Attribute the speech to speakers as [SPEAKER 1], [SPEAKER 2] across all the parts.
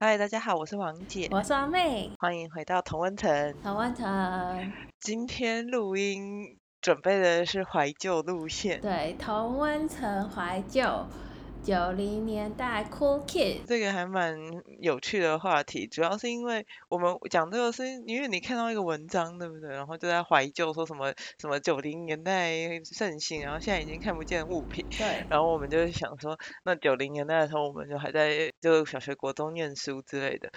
[SPEAKER 1] 嗨，大家好，我是王姐，
[SPEAKER 2] 我是阿妹，
[SPEAKER 1] 欢迎回到同温层。
[SPEAKER 2] 台湾藤，
[SPEAKER 1] 今天录音准备的是怀旧路线，
[SPEAKER 2] 对，同温层怀旧，九零年代 Cool Kid，
[SPEAKER 1] 这个还蛮有趣的话题，主要是因为我们讲这个是因为你看到一个文章，对不对？然后就在怀旧，说什么什么九零年代盛行，然后现在已经看不见物品，
[SPEAKER 2] 对，
[SPEAKER 1] 然后我们就想说，那九零年代的时候，我们就还在就小学、国中念书之类的。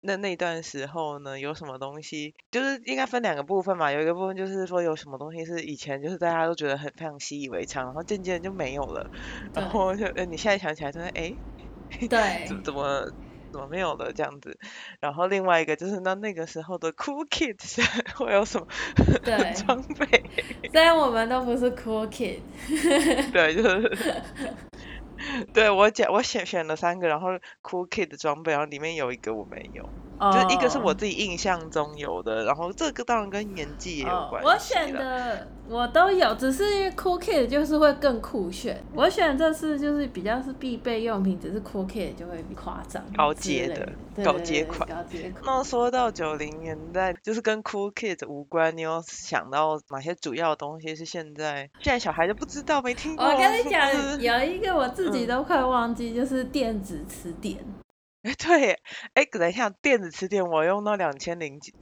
[SPEAKER 1] 那那段时候呢，有什么东西，就是应该分两个部分嘛。有一个部分就是说，有什么东西是以前就是大家都觉得很非常习以为常，然后渐渐就没有了。然
[SPEAKER 2] 对
[SPEAKER 1] 后就呃你现在想起来，就是哎，
[SPEAKER 2] 对
[SPEAKER 1] 怎，怎么怎么没有了这样子。然后另外一个就是那那个时候的 Cool Kids 啊 会有什么
[SPEAKER 2] 对
[SPEAKER 1] 装备？
[SPEAKER 2] 虽然我们都不是 Cool Kid，
[SPEAKER 1] 对，就是对我选我选选了三个，然后 Cool Kid 的装备，然后里面有一个我没有，
[SPEAKER 2] 哦
[SPEAKER 1] 就是一个是我自己印象中有的，然后这个当然跟年纪也有
[SPEAKER 2] 哦
[SPEAKER 1] 关系、
[SPEAKER 2] 我选，的我都有，只是因为 Cool Kid 就是会更酷炫，我选这次就是比较是必备用品，只是 Cool Kid 就会比夸张之类，
[SPEAKER 1] 高阶的
[SPEAKER 2] 对，
[SPEAKER 1] 高
[SPEAKER 2] 对
[SPEAKER 1] 阶
[SPEAKER 2] 对
[SPEAKER 1] 款
[SPEAKER 2] 高阶 款。
[SPEAKER 1] 那说到九零年代，就是跟 Cool Kid 无关，你有想到哪些主要的东西是现在现在小孩就不知道没听过？
[SPEAKER 2] 我跟你 讲
[SPEAKER 1] 是不，是
[SPEAKER 2] 有一个我自己
[SPEAKER 1] 嗯
[SPEAKER 2] 都快忘记，就是电子词典。
[SPEAKER 1] 哎对，哎等一下，电子词典我用到两千零几，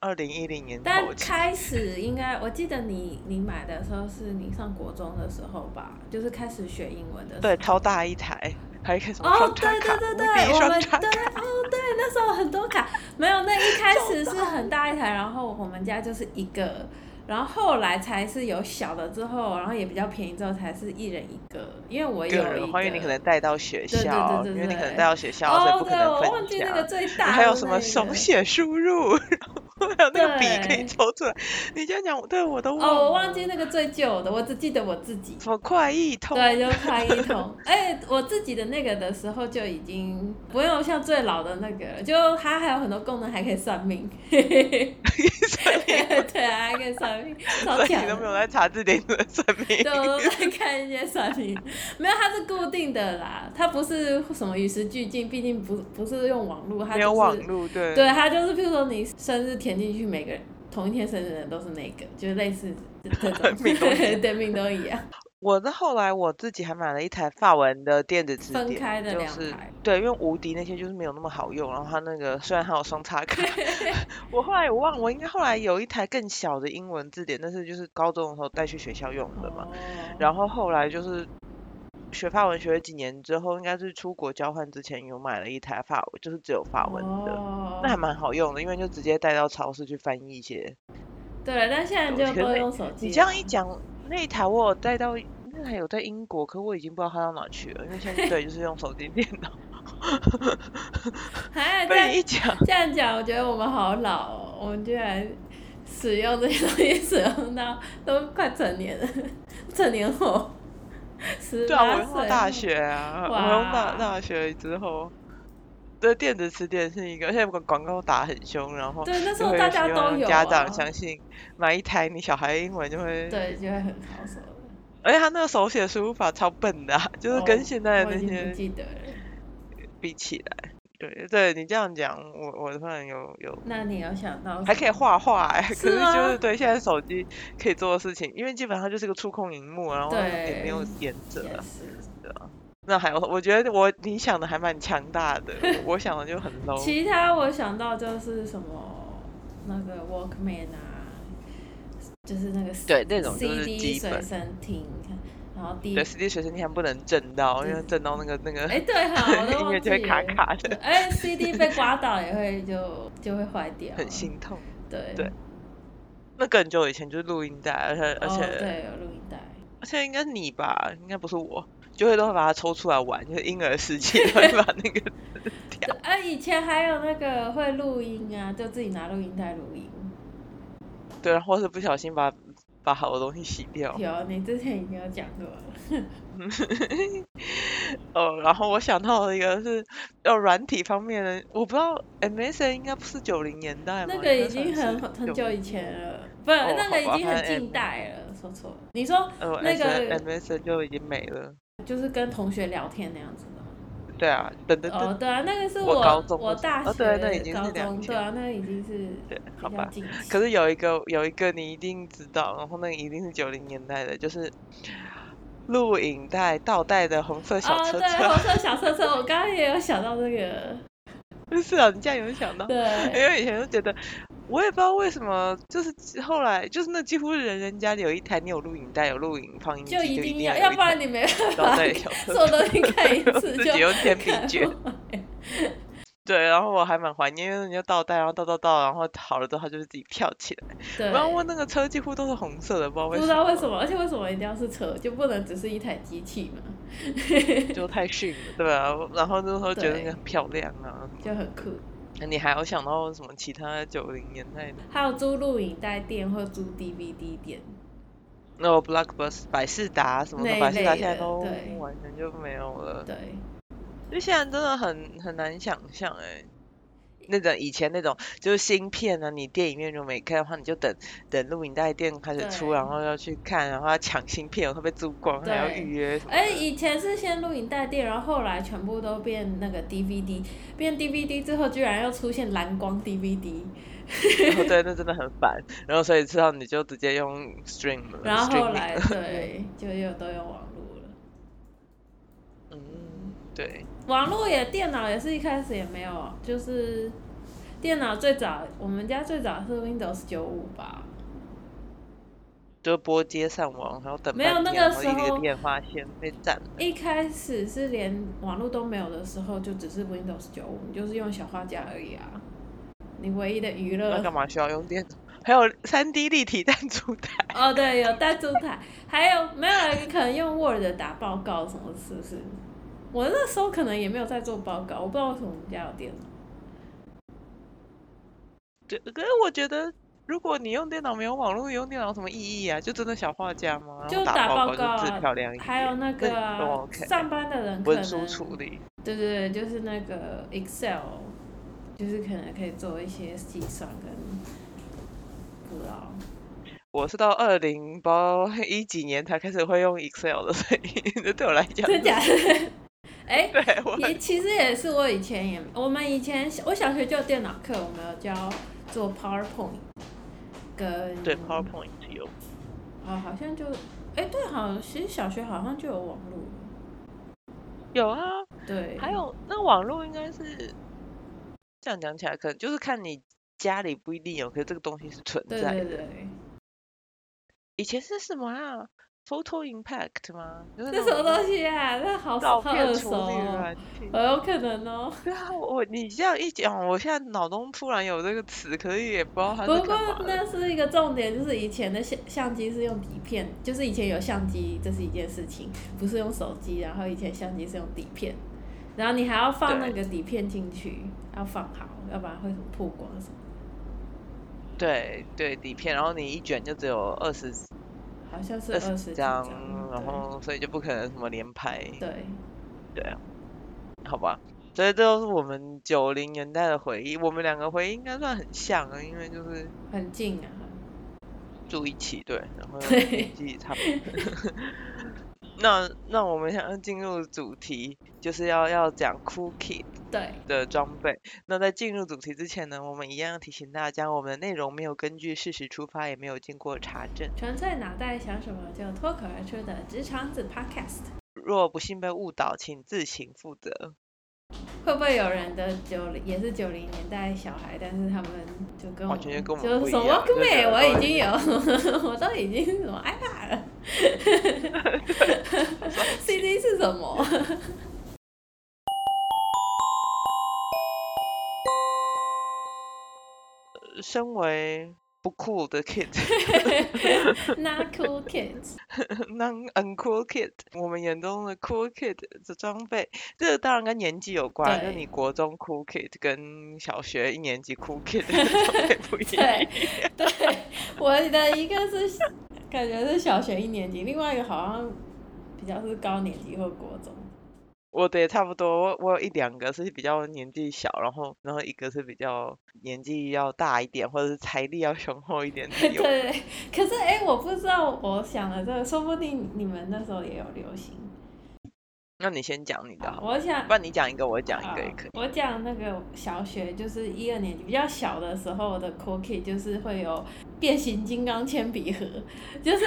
[SPEAKER 1] 二零一零年
[SPEAKER 2] 但
[SPEAKER 1] 头期，
[SPEAKER 2] 开始应该，我记得你你买的时候是你上国中的时候吧，就是开始学英文的时候。
[SPEAKER 1] 对，超大一台，还有一个什么
[SPEAKER 2] 哦，
[SPEAKER 1] 双叉
[SPEAKER 2] 对
[SPEAKER 1] 卡，
[SPEAKER 2] 对对
[SPEAKER 1] 无
[SPEAKER 2] 对，
[SPEAKER 1] 敌
[SPEAKER 2] 我
[SPEAKER 1] 双
[SPEAKER 2] 们
[SPEAKER 1] 叉
[SPEAKER 2] 对哦对，那时候很多卡，没有那一开始是很大一台，然后我们家就是一个，然后后来才是有小的之后，然后也比较便宜之后才是一人一个，因为我有
[SPEAKER 1] 个
[SPEAKER 2] 一
[SPEAKER 1] 人
[SPEAKER 2] 个，
[SPEAKER 1] 的话，因为你可能带到学
[SPEAKER 2] 对对
[SPEAKER 1] 校，
[SPEAKER 2] 对
[SPEAKER 1] 因
[SPEAKER 2] 对
[SPEAKER 1] 为你可能
[SPEAKER 2] 对
[SPEAKER 1] 带到学校，所以
[SPEAKER 2] 哦
[SPEAKER 1] 不可
[SPEAKER 2] 对，
[SPEAKER 1] 能
[SPEAKER 2] 我
[SPEAKER 1] 分
[SPEAKER 2] 忘记那个
[SPEAKER 1] 享。
[SPEAKER 2] 最大的、那
[SPEAKER 1] 还有什么手
[SPEAKER 2] 个
[SPEAKER 1] 写输入， 然后还有那个笔可以
[SPEAKER 2] 对
[SPEAKER 1] 抽出来。你这样讲，对我都忘
[SPEAKER 2] 哦，我
[SPEAKER 1] 了。
[SPEAKER 2] 忘记那个最旧的，我只记得我自己。
[SPEAKER 1] 什么快易通？
[SPEAKER 2] 对，就快一桶。哎、我自己的那个的时候就已经不用像最老的那个了，就它还有很多功能，还可以算命。 对啊，还可以算命，超
[SPEAKER 1] 所以
[SPEAKER 2] 强
[SPEAKER 1] 你都没有
[SPEAKER 2] 的。
[SPEAKER 1] 在查字典里的算命。
[SPEAKER 2] 对，我都在看一些算命，没有，它是固定的啦，它不是什么与时俱进，毕竟不不是用网络，它、就是、
[SPEAKER 1] 没有网络，对。，
[SPEAKER 2] 对，它就是譬如说你生日填进去，每个人同一天生日的人都是那个，就是类似这这种
[SPEAKER 1] 命都一样
[SPEAKER 2] 对命都 一样。
[SPEAKER 1] 我的后来我自己还买了一台法文的电子词
[SPEAKER 2] 分
[SPEAKER 1] 典，
[SPEAKER 2] 开的
[SPEAKER 1] 就
[SPEAKER 2] 两
[SPEAKER 1] 是
[SPEAKER 2] 台
[SPEAKER 1] 对，因为无敌那些就是没有那么好用，然后它那个虽然它有双叉 卡，我后来我忘了，我应该后来有一台更小的英文字典，但是就是高中的时候带去学校用的
[SPEAKER 2] 哦
[SPEAKER 1] 嘛。然后后来就是学法文学了几年之后，应该是出国交换之前有买了一台法文，就是只有法文的，
[SPEAKER 2] 哦
[SPEAKER 1] 那还蛮好用的，因为就直接带到超市去翻译一些
[SPEAKER 2] 对，但现在
[SPEAKER 1] 我觉
[SPEAKER 2] 就都
[SPEAKER 1] 得
[SPEAKER 2] 用手机。
[SPEAKER 1] 你这样一，讲，那一台我有带到，那台有在英国，可我已经不知道它到哪去了，因为现 在对就是用手机、电脑。
[SPEAKER 2] 哎，这
[SPEAKER 1] 被你一
[SPEAKER 2] 样
[SPEAKER 1] 讲，
[SPEAKER 2] 这样讲，我觉得我们好老哦，我们居然使用这些东西使用到都快成年了， 成年后，十
[SPEAKER 1] 对啊，我
[SPEAKER 2] 八
[SPEAKER 1] 用到
[SPEAKER 2] 岁
[SPEAKER 1] 大，学啊，我用到
[SPEAKER 2] 哇
[SPEAKER 1] 大学之后，对电子词典是一个，而且广广告打很凶，然后
[SPEAKER 2] 对，那时
[SPEAKER 1] 哦就
[SPEAKER 2] 候
[SPEAKER 1] 会
[SPEAKER 2] 大
[SPEAKER 1] 希
[SPEAKER 2] 家
[SPEAKER 1] 望
[SPEAKER 2] 都
[SPEAKER 1] 让
[SPEAKER 2] 有、
[SPEAKER 1] 家
[SPEAKER 2] 啊，
[SPEAKER 1] 长相信买一台，你小孩英文就会，
[SPEAKER 2] 对，就会很好手了。
[SPEAKER 1] 而且他那个手写输入法超笨的啊、 就是
[SPEAKER 2] 哦
[SPEAKER 1] 跟现在
[SPEAKER 2] 我
[SPEAKER 1] 的
[SPEAKER 2] 已
[SPEAKER 1] 那
[SPEAKER 2] 经不
[SPEAKER 1] 些
[SPEAKER 2] 记得了。
[SPEAKER 1] 比起来，对对，你这样讲，我我突然有有
[SPEAKER 2] 那你有想到
[SPEAKER 1] 还
[SPEAKER 2] 什
[SPEAKER 1] 可以画画哎、可
[SPEAKER 2] 是
[SPEAKER 1] 是就是
[SPEAKER 2] 吗
[SPEAKER 1] 对现在手机可以做的事情，因为基本上就是个触控荧幕，然后也没有
[SPEAKER 2] 对
[SPEAKER 1] 颜
[SPEAKER 2] 么
[SPEAKER 1] 色
[SPEAKER 2] 也
[SPEAKER 1] 啊。
[SPEAKER 2] 是。
[SPEAKER 1] 那还有，我觉得我你想的还蛮强大的，我我想的 就很 low。
[SPEAKER 2] 其他我想到就是什么那个 Walkman 啊，就是那个 C,
[SPEAKER 1] 对那种就是
[SPEAKER 2] CD
[SPEAKER 1] 基
[SPEAKER 2] 随
[SPEAKER 1] 本
[SPEAKER 2] 身听，然后 D
[SPEAKER 1] 对，实际学生你还不能震到，因为
[SPEAKER 2] 对
[SPEAKER 1] 震到那个那个
[SPEAKER 2] 哎、对哈，我都
[SPEAKER 1] 音乐
[SPEAKER 2] 忘
[SPEAKER 1] 就
[SPEAKER 2] 记
[SPEAKER 1] 会卡
[SPEAKER 2] 了。
[SPEAKER 1] 卡的，
[SPEAKER 2] 哎、c d 被刮到也会就就会坏掉，
[SPEAKER 1] 很心痛。
[SPEAKER 2] 对
[SPEAKER 1] 对那更久以前就是录音带，而且而且、
[SPEAKER 2] 哦对有录音带，
[SPEAKER 1] 而且应该是你吧，应该不是我，就会都会把它抽出来玩，就是婴儿时期 会把那个
[SPEAKER 2] 对哎、以前还有那个会录音啊，就自己拿录音带录音。
[SPEAKER 1] 对，然后是不小心把把好的东西洗掉。
[SPEAKER 2] 有，你之前已经有讲过了，
[SPEAKER 1] 哦，然后我想到了一个是，呃，软体方面的，我不知道 MSN 应该不是九零年代吗？
[SPEAKER 2] 那个
[SPEAKER 1] 应
[SPEAKER 2] 已
[SPEAKER 1] 该
[SPEAKER 2] 经
[SPEAKER 1] 算
[SPEAKER 2] 很
[SPEAKER 1] 是
[SPEAKER 2] 很
[SPEAKER 1] 90
[SPEAKER 2] 久以前了，不，那个
[SPEAKER 1] 好吧哎
[SPEAKER 2] 已经
[SPEAKER 1] 反
[SPEAKER 2] 很
[SPEAKER 1] 正
[SPEAKER 2] 近代了，说错了。你说
[SPEAKER 1] 呃
[SPEAKER 2] 那个
[SPEAKER 1] MSN 就已经没了。
[SPEAKER 2] 就是跟同学聊天那样子的吗。
[SPEAKER 1] 对啊，等等
[SPEAKER 2] 哦
[SPEAKER 1] 等，，
[SPEAKER 2] 对啊，那个是
[SPEAKER 1] 我高中
[SPEAKER 2] 我大
[SPEAKER 1] 哦
[SPEAKER 2] 学
[SPEAKER 1] 对那已经是
[SPEAKER 2] 高中，
[SPEAKER 1] 2000
[SPEAKER 2] 对啊，那已经是
[SPEAKER 1] 对，好
[SPEAKER 2] 比较
[SPEAKER 1] 吧。
[SPEAKER 2] 近期。
[SPEAKER 1] 可是有一个有一个你一定知道，然后那个一定是九零年代的，就是录影带倒带的红色小
[SPEAKER 2] 哦，
[SPEAKER 1] 车
[SPEAKER 2] 对，
[SPEAKER 1] 车。
[SPEAKER 2] 红色小车车，我刚刚也有想到这个，
[SPEAKER 1] 是啊，你竟然有想到，因
[SPEAKER 2] 对，
[SPEAKER 1] 为以前就觉得，我也不知道为什么，就是后来就是那几乎是人人家里有一台，你有录影带有录影放映机，
[SPEAKER 2] 就
[SPEAKER 1] 就
[SPEAKER 2] 一
[SPEAKER 1] 一
[SPEAKER 2] 定
[SPEAKER 1] 定
[SPEAKER 2] 要，
[SPEAKER 1] 有
[SPEAKER 2] 要
[SPEAKER 1] 一
[SPEAKER 2] 不
[SPEAKER 1] 台
[SPEAKER 2] 然你没
[SPEAKER 1] 倒
[SPEAKER 2] 办法
[SPEAKER 1] 带小车
[SPEAKER 2] 所有
[SPEAKER 1] 车。
[SPEAKER 2] 东西看一次
[SPEAKER 1] 自
[SPEAKER 2] 就
[SPEAKER 1] 己用铅笔
[SPEAKER 2] 看
[SPEAKER 1] 卷，
[SPEAKER 2] 不完。
[SPEAKER 1] 对，然后我还蛮怀念，因为人家倒带，然后倒倒倒，然后好了之后它就是自己跳起来。
[SPEAKER 2] 对，
[SPEAKER 1] 然后问那个车几乎都是红色的，不知道
[SPEAKER 2] 不
[SPEAKER 1] 为
[SPEAKER 2] 知
[SPEAKER 1] 什么，
[SPEAKER 2] 道为什么，而且为什么一定要是车，就不能只是一台机器嘛？
[SPEAKER 1] 就太逊了，对吧？然后那时候觉得那
[SPEAKER 2] 对
[SPEAKER 1] 个很漂亮啊。
[SPEAKER 2] 就很酷。
[SPEAKER 1] 那你还有想到什么其他九零年代的？
[SPEAKER 2] 还有租录影带店或租 DVD 店，
[SPEAKER 1] 那我 Blockbuster、百事达什么
[SPEAKER 2] 那
[SPEAKER 1] 的，
[SPEAKER 2] 一
[SPEAKER 1] 百事达
[SPEAKER 2] 类
[SPEAKER 1] 现在
[SPEAKER 2] 的
[SPEAKER 1] 都
[SPEAKER 2] 对
[SPEAKER 1] 完全就没有了。
[SPEAKER 2] 对，
[SPEAKER 1] 就现在真的很很难想象哎、那种以前那种就是新片啊，你电影院如果没看的话，你就等等录影带店开始出，然
[SPEAKER 2] 对
[SPEAKER 1] 后要去看，然后要抢新片，会被租光，还要
[SPEAKER 2] 对
[SPEAKER 1] 预约什么
[SPEAKER 2] 哎，
[SPEAKER 1] 的。
[SPEAKER 2] 以前是先录影带店，然后后来全部都变那个 DVD，变 DVD 之后居然又出现蓝光 DVD，
[SPEAKER 1] 然后对，那真的很烦。然后所以之后你就直接用 stream 了
[SPEAKER 2] 然后后
[SPEAKER 1] ，streaming
[SPEAKER 2] 来
[SPEAKER 1] 了。
[SPEAKER 2] 对， 就又都有网络了。
[SPEAKER 1] 嗯，对，
[SPEAKER 2] 网络也，电脑也是一开始也没有，就是电脑最早，我们家最早是 Windows 九五吧，
[SPEAKER 1] 就拨接上网，还要等
[SPEAKER 2] 没有
[SPEAKER 1] 半
[SPEAKER 2] 那
[SPEAKER 1] 天，
[SPEAKER 2] 个
[SPEAKER 1] 然后
[SPEAKER 2] 时
[SPEAKER 1] 一个
[SPEAKER 2] 候
[SPEAKER 1] 电话线被占了。
[SPEAKER 2] 一开始是连网络都没有的时候，就只是 Windows 九五，你就是用小画家而已啊。你唯一的娱
[SPEAKER 1] 那
[SPEAKER 2] 乐
[SPEAKER 1] 干嘛需要用电脑？还有三 D 立体弹珠台，
[SPEAKER 2] 哦，对，有弹珠台，还有没有人可能用 Word 打报告什么？是不是？我那时候可能也没有在做报告，我不知道为什么我们家有电脑。
[SPEAKER 1] 对，可是我觉得，如果你用电脑没有网络，用电脑有什么意义啊？就真的小画家吗？然后
[SPEAKER 2] 就
[SPEAKER 1] 打
[SPEAKER 2] 打
[SPEAKER 1] 报
[SPEAKER 2] 报
[SPEAKER 1] 告
[SPEAKER 2] 告
[SPEAKER 1] 就字
[SPEAKER 2] 啊
[SPEAKER 1] 漂亮一点，
[SPEAKER 2] 还有那个
[SPEAKER 1] 那
[SPEAKER 2] 啊、
[SPEAKER 1] 都 OK
[SPEAKER 2] 上班的人可
[SPEAKER 1] 文书处
[SPEAKER 2] 能，
[SPEAKER 1] 理。
[SPEAKER 2] 对对对，就是那个 Excel，就是可能可以做一些计算跟，不 知道。
[SPEAKER 1] 我是到二零包 一几年才开始会用 Excel 的，所以 这对我来讲
[SPEAKER 2] 真
[SPEAKER 1] 是，
[SPEAKER 2] 假的？ 哎、
[SPEAKER 1] 对我
[SPEAKER 2] 也
[SPEAKER 1] 很
[SPEAKER 2] 其实也是我以前也，我们以前我小学就有电脑课，我们有教做 PowerPoint 跟
[SPEAKER 1] 对 PowerPoint 有，
[SPEAKER 2] 哦，好像就哎、对，好像其实小学好像就有网络了，
[SPEAKER 1] 有啊，
[SPEAKER 2] 对，
[SPEAKER 1] 还有那网络应该是这样讲起来，可能就是看你家里不一定有，可是这个东西是存
[SPEAKER 2] 对
[SPEAKER 1] 在
[SPEAKER 2] 对
[SPEAKER 1] 的。
[SPEAKER 2] 对，
[SPEAKER 1] 以前是什么啊？Photo Impact 吗？就是
[SPEAKER 2] 这
[SPEAKER 1] 那
[SPEAKER 2] 什么
[SPEAKER 1] 种
[SPEAKER 2] 东西啊？这好
[SPEAKER 1] 照
[SPEAKER 2] 好
[SPEAKER 1] 片
[SPEAKER 2] 耳
[SPEAKER 1] 处
[SPEAKER 2] 熟、
[SPEAKER 1] 理
[SPEAKER 2] 哦，
[SPEAKER 1] 软件。
[SPEAKER 2] 好有可能哦。
[SPEAKER 1] 对啊，我你这样一讲，我现在脑中突然有这个词，可是也不知道它
[SPEAKER 2] 不
[SPEAKER 1] 是
[SPEAKER 2] 过
[SPEAKER 1] 干嘛的。
[SPEAKER 2] 那是一个重点，就是以前的相相机是用底片，就是以前有相机，这是一件事情，不是用手机。然后以前相机是用底片，然后你还要放那
[SPEAKER 1] 对
[SPEAKER 2] 个底片进去，要放好，要不然会什么曝光什么。
[SPEAKER 1] 对对，底片，然后你一卷就只有二十
[SPEAKER 2] 好像是
[SPEAKER 1] 二
[SPEAKER 2] 二
[SPEAKER 1] 十
[SPEAKER 2] 十几张
[SPEAKER 1] 张，，然后所以就不可能什么连拍，
[SPEAKER 2] 对对，
[SPEAKER 1] 对啊，好吧。所以这都是我们九零年代的回忆，我们两个回忆应该算很像啊，因为就是
[SPEAKER 2] 很近啊。
[SPEAKER 1] 住一起，对，然后
[SPEAKER 2] 对
[SPEAKER 1] 年纪也差不多。 那那我们现在进入主题，就是要要讲 Cookie。
[SPEAKER 2] 对，
[SPEAKER 1] 的装备。那在进入主题之前呢，我们一样要提醒大家，我们的内容没有根据事实出发，也没有经过查证。
[SPEAKER 2] 纯粹脑袋想什么就脱口而出的职场子 Podcast，
[SPEAKER 1] 若不幸被误导，请自行负责。
[SPEAKER 2] 会不会有人的九零也是九零年代小孩，但是他们就跟我
[SPEAKER 1] 完全就跟我们
[SPEAKER 2] 就
[SPEAKER 1] 不
[SPEAKER 2] 是
[SPEAKER 1] 一
[SPEAKER 2] 什么
[SPEAKER 1] 样
[SPEAKER 2] w a
[SPEAKER 1] 就觉得哦
[SPEAKER 2] 我已经有， 我都已经什么 iPad 了 ，CD 是什么？
[SPEAKER 1] 呃身为不酷的 kid，
[SPEAKER 2] 那 Cool Kids，
[SPEAKER 1] 那 uncool kid，我们眼中的 cool kid 的装备，这个当然跟年纪有关，就
[SPEAKER 2] 对
[SPEAKER 1] 你国中 cool kid 跟小学一年级 cool kid 的 装备不一样。
[SPEAKER 2] 对对，我的一个是感觉是小学一年级，另外一个好像比较是高年级或国中。
[SPEAKER 1] 我的也差不多，我我有一两个是比较年纪小，然后然后一个是比较年纪要大一点，或者是财力要雄厚一点才有。
[SPEAKER 2] 对，可是哎、我不知道，我想了这个，说不定你们那时候也有流行。
[SPEAKER 1] 那你先讲你的好了，
[SPEAKER 2] 我想啊
[SPEAKER 1] 不然你讲一个，我讲一个也可以。
[SPEAKER 2] 我讲那个小学，就是一二年级比较小的时候的 cookie，就是会有变形金刚铅笔盒，就是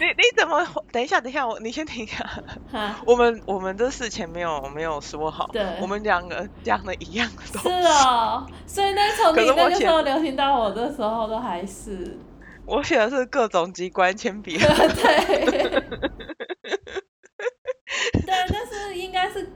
[SPEAKER 1] 你你怎么？等一下，等一下，我你先停一下。
[SPEAKER 2] 哈，
[SPEAKER 1] 我们我们的事前没有没有说好，
[SPEAKER 2] 对
[SPEAKER 1] 我们两个讲的一样的东
[SPEAKER 2] 是
[SPEAKER 1] 西。
[SPEAKER 2] 哦，所以那从
[SPEAKER 1] 可
[SPEAKER 2] 你
[SPEAKER 1] 是
[SPEAKER 2] 那
[SPEAKER 1] 我
[SPEAKER 2] 个时
[SPEAKER 1] 写
[SPEAKER 2] 候流行到我的时候都还是，
[SPEAKER 1] 我写的是各种机关铅笔盒，
[SPEAKER 2] 对， 对，但是应该是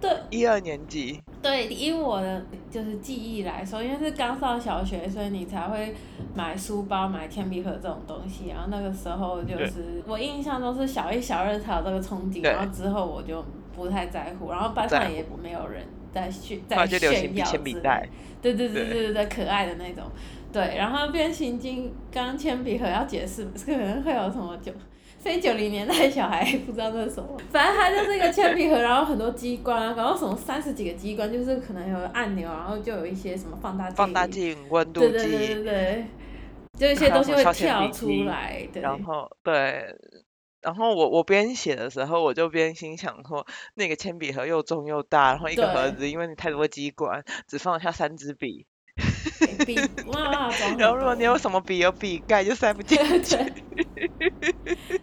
[SPEAKER 2] 对
[SPEAKER 1] 一二年级。
[SPEAKER 2] 对，以我的就是记忆来说，因为是刚上小学，所以你才会买书包、买铅笔盒这种东西。然后那个时候就
[SPEAKER 1] 对
[SPEAKER 2] 是我印象中是小一、小二才有这个憧憬，
[SPEAKER 1] 对
[SPEAKER 2] 然后之后我就不太在乎，然后班
[SPEAKER 1] 在
[SPEAKER 2] 上
[SPEAKER 1] 乎
[SPEAKER 2] 也没有人在炫
[SPEAKER 1] 后来
[SPEAKER 2] 在
[SPEAKER 1] 就流行
[SPEAKER 2] 炫
[SPEAKER 1] 笔
[SPEAKER 2] 耀之
[SPEAKER 1] 铅笔
[SPEAKER 2] 类
[SPEAKER 1] 袋，
[SPEAKER 2] 对对对
[SPEAKER 1] 对
[SPEAKER 2] 对对对，可爱的那种。对，然后变形金刚铅笔盒要解释，可能会有什么九非九零年代小孩不知道那是什么，反正它就是一个铅笔盒，然后很多机关啊，然后什么三十几个机关，就是可能有按钮，然后就有一些什么放大镜、
[SPEAKER 1] 放大镜、温度
[SPEAKER 2] 对对对
[SPEAKER 1] 计，
[SPEAKER 2] 对对，就一些东西
[SPEAKER 1] 还有什么
[SPEAKER 2] 会
[SPEAKER 1] 削铅
[SPEAKER 2] 跳
[SPEAKER 1] 笔机
[SPEAKER 2] 出来，对，
[SPEAKER 1] 然后对，然后我我边写的时候，我就边心想说，那个铅笔盒又重又大，然后一个盒
[SPEAKER 2] 对
[SPEAKER 1] 子，因为你太多机关，只放得下三支笔。
[SPEAKER 2] 笔哇，装很
[SPEAKER 1] 然后如果
[SPEAKER 2] 多
[SPEAKER 1] 你有什么笔有笔盖就塞不进去。
[SPEAKER 2] 对，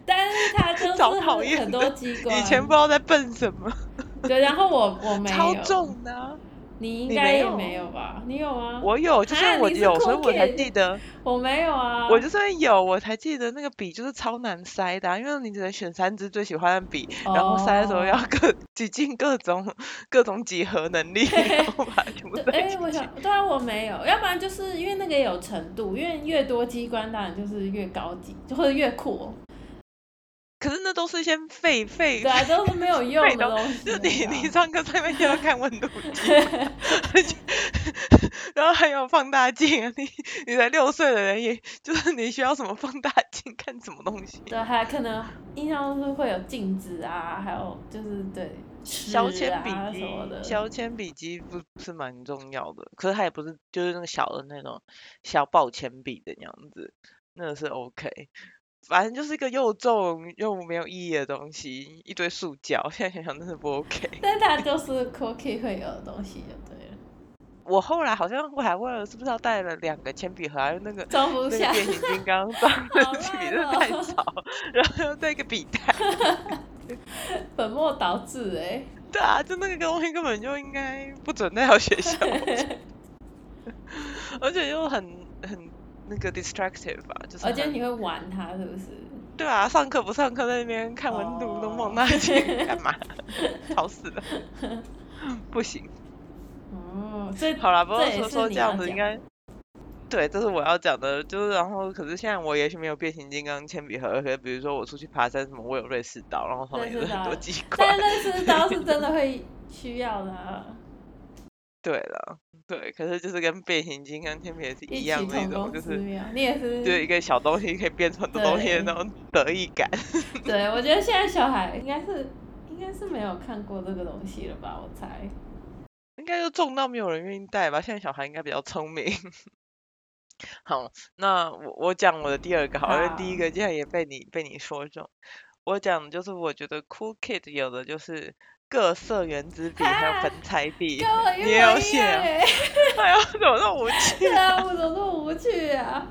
[SPEAKER 2] 但是它就
[SPEAKER 1] 超
[SPEAKER 2] 是
[SPEAKER 1] 讨厌
[SPEAKER 2] 很
[SPEAKER 1] 的
[SPEAKER 2] 多机关，
[SPEAKER 1] 以前不知道在笨什么，
[SPEAKER 2] 对，然后我我没有，
[SPEAKER 1] 超重的啊、
[SPEAKER 2] 你应
[SPEAKER 1] 你
[SPEAKER 2] 该
[SPEAKER 1] 没
[SPEAKER 2] 也
[SPEAKER 1] 有
[SPEAKER 2] 没有吧？你有吗？
[SPEAKER 1] 我有，就是
[SPEAKER 2] 啊
[SPEAKER 1] 我
[SPEAKER 2] 你是
[SPEAKER 1] 有，所以
[SPEAKER 2] 空
[SPEAKER 1] 我才
[SPEAKER 2] 姐
[SPEAKER 1] 记得，
[SPEAKER 2] 我没有啊，
[SPEAKER 1] 我就是因为有，我才记得那个笔就是超难塞的啊、因为你只能选三支最喜欢的笔，然后塞的时候要
[SPEAKER 2] 哦
[SPEAKER 1] 各挤进各种各种几何能力，然后把 它全部
[SPEAKER 2] 对，
[SPEAKER 1] 塞
[SPEAKER 2] 哎、
[SPEAKER 1] 进
[SPEAKER 2] 我
[SPEAKER 1] 去。
[SPEAKER 2] 想，对啊，我没有，要不然就是因为那个也有程度，因为越多机关当然就是越高级，就或者越 酷，
[SPEAKER 1] 可是那都是一些废废
[SPEAKER 2] 对，啊，都是没有用的东 西、
[SPEAKER 1] 就
[SPEAKER 2] 啊。
[SPEAKER 1] 你你上课上面就要看温度 计，然后还有放大镜啊，你你才六岁的人也，就是你需要什么放大镜看什么东西？
[SPEAKER 2] 对，还有可能印象中是会有镜子啊，还有就是对尺
[SPEAKER 1] 削铅笔
[SPEAKER 2] 啊什么的
[SPEAKER 1] 机，，削铅笔机不是蛮重要的，可是它也不是就是那个小的那种小宝铅笔的那样子，那个是 OK。反正就是一个又重又没有意义的东西，一堆塑胶。现在想想真是不 OK。
[SPEAKER 2] 但它就是 cookie 会有的东西就对了，
[SPEAKER 1] 我后来好像我还问了，是不是要带了两个铅笔盒，还有那个
[SPEAKER 2] 装不
[SPEAKER 1] 那个
[SPEAKER 2] 下。
[SPEAKER 1] 变形金刚装
[SPEAKER 2] 好
[SPEAKER 1] 的铅笔，
[SPEAKER 2] 烂
[SPEAKER 1] 真的太
[SPEAKER 2] 哦
[SPEAKER 1] 吵，然后又带一个笔袋，
[SPEAKER 2] 本末倒置哎、
[SPEAKER 1] 对啊，就那个东西根本就应该不准带到学校， 而且又很很那个 distractive 吧，就是
[SPEAKER 2] 而且
[SPEAKER 1] 很
[SPEAKER 2] 你会玩它是不是？
[SPEAKER 1] 对啊，上课不上课在那边看温度都
[SPEAKER 2] 哦
[SPEAKER 1] 忘那些干 嘛，吵死了， 不行。
[SPEAKER 2] 哦，所 以
[SPEAKER 1] 好啦，不过
[SPEAKER 2] 这也
[SPEAKER 1] 说
[SPEAKER 2] 是
[SPEAKER 1] 说
[SPEAKER 2] 你
[SPEAKER 1] 这
[SPEAKER 2] 要
[SPEAKER 1] 样子应
[SPEAKER 2] 讲
[SPEAKER 1] 该，对，这是我要讲的，就是然后可是现在我也许没有变形金刚铅笔盒，可是比如说我出去爬山什么，我有瑞士刀，然后上面
[SPEAKER 2] 瑞
[SPEAKER 1] 也是
[SPEAKER 2] 士
[SPEAKER 1] 很多
[SPEAKER 2] 刀
[SPEAKER 1] 机
[SPEAKER 2] 但
[SPEAKER 1] 关。
[SPEAKER 2] 认识刀是真的会需要的、啊，
[SPEAKER 1] 对了，对，可是就是跟变形金刚铅笔盒是
[SPEAKER 2] 一
[SPEAKER 1] 一
[SPEAKER 2] 起
[SPEAKER 1] 样的一
[SPEAKER 2] 同
[SPEAKER 1] 种，
[SPEAKER 2] 工
[SPEAKER 1] 就
[SPEAKER 2] 之
[SPEAKER 1] 是
[SPEAKER 2] 妙。你 也是，
[SPEAKER 1] 就是一个小东西可以变成很多东西的那种得意感。
[SPEAKER 2] 对我觉得现在小孩应该是应该是没有看过这个东西了吧？我猜。
[SPEAKER 1] 应该就重到没有人愿意带吧？现在小孩应该比较聪明。 好，那我我讲我的第二个好了，因为第一
[SPEAKER 2] 好
[SPEAKER 1] 个竟然也被你被你说中。我讲的就是我觉得 Cool Kid 有的就是各色原子笔还有
[SPEAKER 2] 啊
[SPEAKER 1] 粉彩笔，
[SPEAKER 2] 跟我一
[SPEAKER 1] 你
[SPEAKER 2] 模
[SPEAKER 1] 也有
[SPEAKER 2] 一
[SPEAKER 1] 写
[SPEAKER 2] 样
[SPEAKER 1] 啊？
[SPEAKER 2] 哎、
[SPEAKER 1] 哎呀，怎么那么无趣
[SPEAKER 2] 对？啊，我怎么这么无趣啊？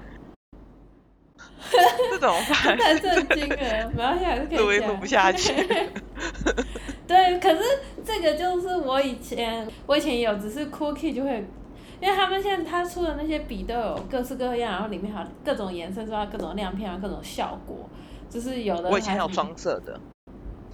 [SPEAKER 1] 这种反而
[SPEAKER 2] 太震惊了，没关系，还是可以
[SPEAKER 1] 录也
[SPEAKER 2] 讲
[SPEAKER 1] 录不下去。
[SPEAKER 2] 对，可是这个就是我以前，我以前也有，只是 Cookie 就会，因为他们现在他出的那些笔都有各式各样，然后里面还有各种颜色，是吧？各种亮片啊，各种效果，就是有的
[SPEAKER 1] 我以前
[SPEAKER 2] 还
[SPEAKER 1] 还有
[SPEAKER 2] 是
[SPEAKER 1] 双色的，